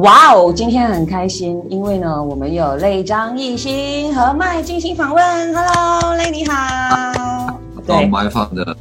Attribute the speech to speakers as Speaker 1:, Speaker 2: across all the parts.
Speaker 1: 哇哦，今天很开心，因为呢，我们有类张艺兴和麦进行访问。Hello，类你好。
Speaker 2: 那我们 i 放的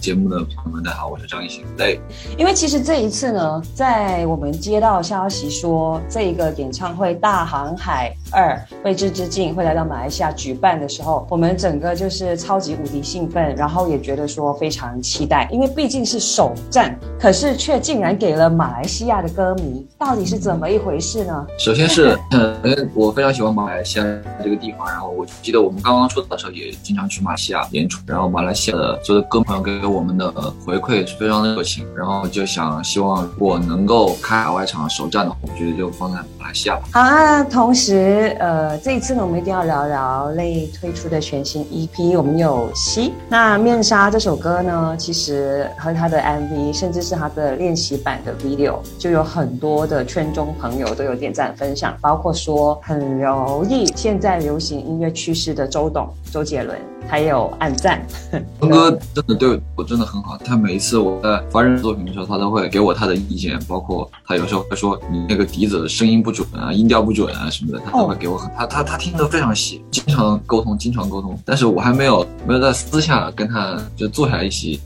Speaker 2: 节目的朋友们，大家好，我是张艺兴。哎对，
Speaker 1: 因为其实这一次呢，在我们接到消息说这个演唱会《大航海二：未知之境》会来到马来西亚举办的时候，我们整个就是超级无敌兴奋，然后也觉得说非常期待，因为毕竟是首站，可是却竟然给了马来西亚的歌迷，到底是怎么一回事呢？
Speaker 2: 首先是，嗯，我非常喜欢马来西亚这个地方，然后我记得我们刚刚出道的时候也经常去马来西亚演出，然后马来西亚的所有的歌朋友给我们的回馈是非常的热情，然后就想希望如果能够开海外场首站的话，我觉得就放在马来西亚吧。
Speaker 1: 好啊，那同时，呃，这一次呢，我们一定要聊聊类推出的全新 E EP，我们有西。那《面纱》这首歌呢，其实和他的 MV，甚至是他的练习版的 video，就有很多的圈中朋友都有点赞分享，包括说很留意现在流行音乐趋势的周董周杰伦，还有暗赞。
Speaker 2: 峰哥真的对我真的很好，他每一次我在发任何作品的时候，他都会给我他的意见，包括他有时候会说你那个笛子声音不准啊，音调不准啊什么的，他都会给我很他他他听得非常细，经常沟通，经常沟通。但是我还没有没有在私下跟他就坐下来一起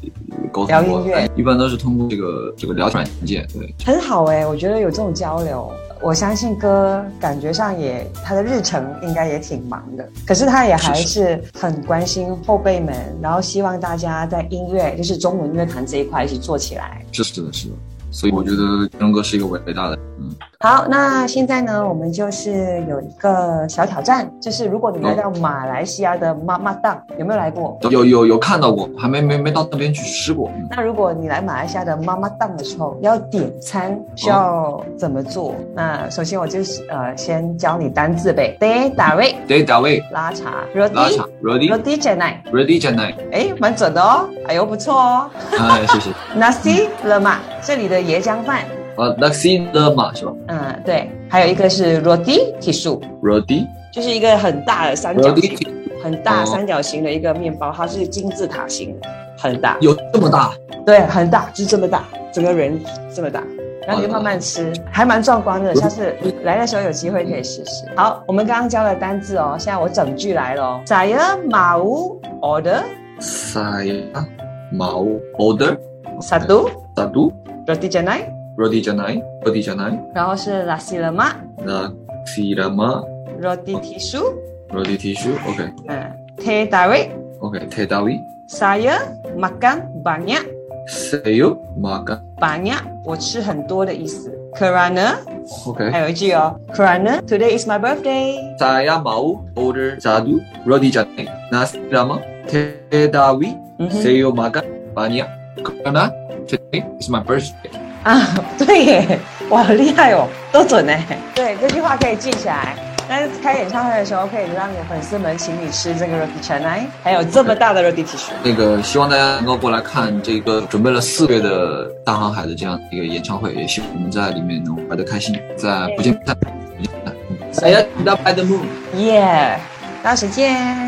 Speaker 2: 沟
Speaker 1: 聊
Speaker 2: 通
Speaker 1: 音
Speaker 2: 过
Speaker 1: 乐，
Speaker 2: 但一般都是通过这个这个聊天软件。对，
Speaker 1: 很好哎、我觉得有这种交流，我相信哥感觉上也他的日程应该也挺忙的，可是他也还
Speaker 2: 是
Speaker 1: 是很关心后辈们，然后希望大家在音乐就是中文乐坛这一块一起做起来。
Speaker 2: 是是的，是的。所以我觉得荣哥是一个伟大的人，嗯，
Speaker 1: 好，那现在呢，我们就是有一个小挑战，就是如果你来到马来西亚的妈妈档，有没有来过？
Speaker 2: 有有有看到过，还没没没到那边去吃过。嗯
Speaker 1: 那如果你来马来西亚的妈妈档的时候要点餐，需要怎么做？那首先我就是呃先教你单字呗，得打位。
Speaker 2: 对，大卫，
Speaker 1: 拉茶
Speaker 2: 拉茶
Speaker 1: ，roti
Speaker 2: ，ready
Speaker 1: roti j e n a i
Speaker 2: ready 站内，
Speaker 1: 哎，蛮准的哦，哎呦不错哦。
Speaker 2: 哎，谢谢。
Speaker 1: Nasi lemak，这里的椰浆饭，
Speaker 2: 呃 n a x i n 嘛是吧
Speaker 1: 嗯，对，还有一个是 roti tisu，
Speaker 2: ？Ready
Speaker 1: 就是一个很大的三角形
Speaker 2: ready
Speaker 1: 很大
Speaker 2: 哦
Speaker 1: 三角形的一个面包，它是金字塔形的，很大，
Speaker 2: 有这么大？
Speaker 1: 对，很大，就是这么大，整个人这么大。然后你就慢慢吃，还蛮壮观的。下次来的时候有机会可以试试。好，我们刚刚教了单字哦，现在我整句来了哦。Saya mau order
Speaker 2: Saya mau order
Speaker 1: satu
Speaker 2: satu
Speaker 1: roti canai，
Speaker 2: roti canai, roti canai,
Speaker 1: 然后是 nasi lemak
Speaker 2: nasi lemak,
Speaker 1: roti tisu，
Speaker 2: roti tisu. OK
Speaker 1: 嗯，teh tarik
Speaker 2: OK, teh tawi.
Speaker 1: saya makan banyak
Speaker 2: Saya makan.
Speaker 1: banyak，我吃很多的意思。Kerana
Speaker 2: OK.
Speaker 1: 还有一句哦，Kerana today is my birthday。
Speaker 2: Saya mau order satu roti canai, nasi lemak, teh tawi.
Speaker 1: 嗯 哼
Speaker 2: Saya makan banyak. Karena today is my birthday.
Speaker 1: 啊，对耶，哇，好厉害哦，都准哎。对，这句话可以记起来。但是开演唱会的时候，可以让粉丝们请你吃这个 roti canai，还有这么大的 roti tisu。
Speaker 2: 那个希望大家能够过来看这个准备了四个月的大航海的这样一个演唱会，也希望我们在里面能玩得开心，在不见不散。不见不散嗯 Saya tidak pada moon。
Speaker 1: 耶，到时见。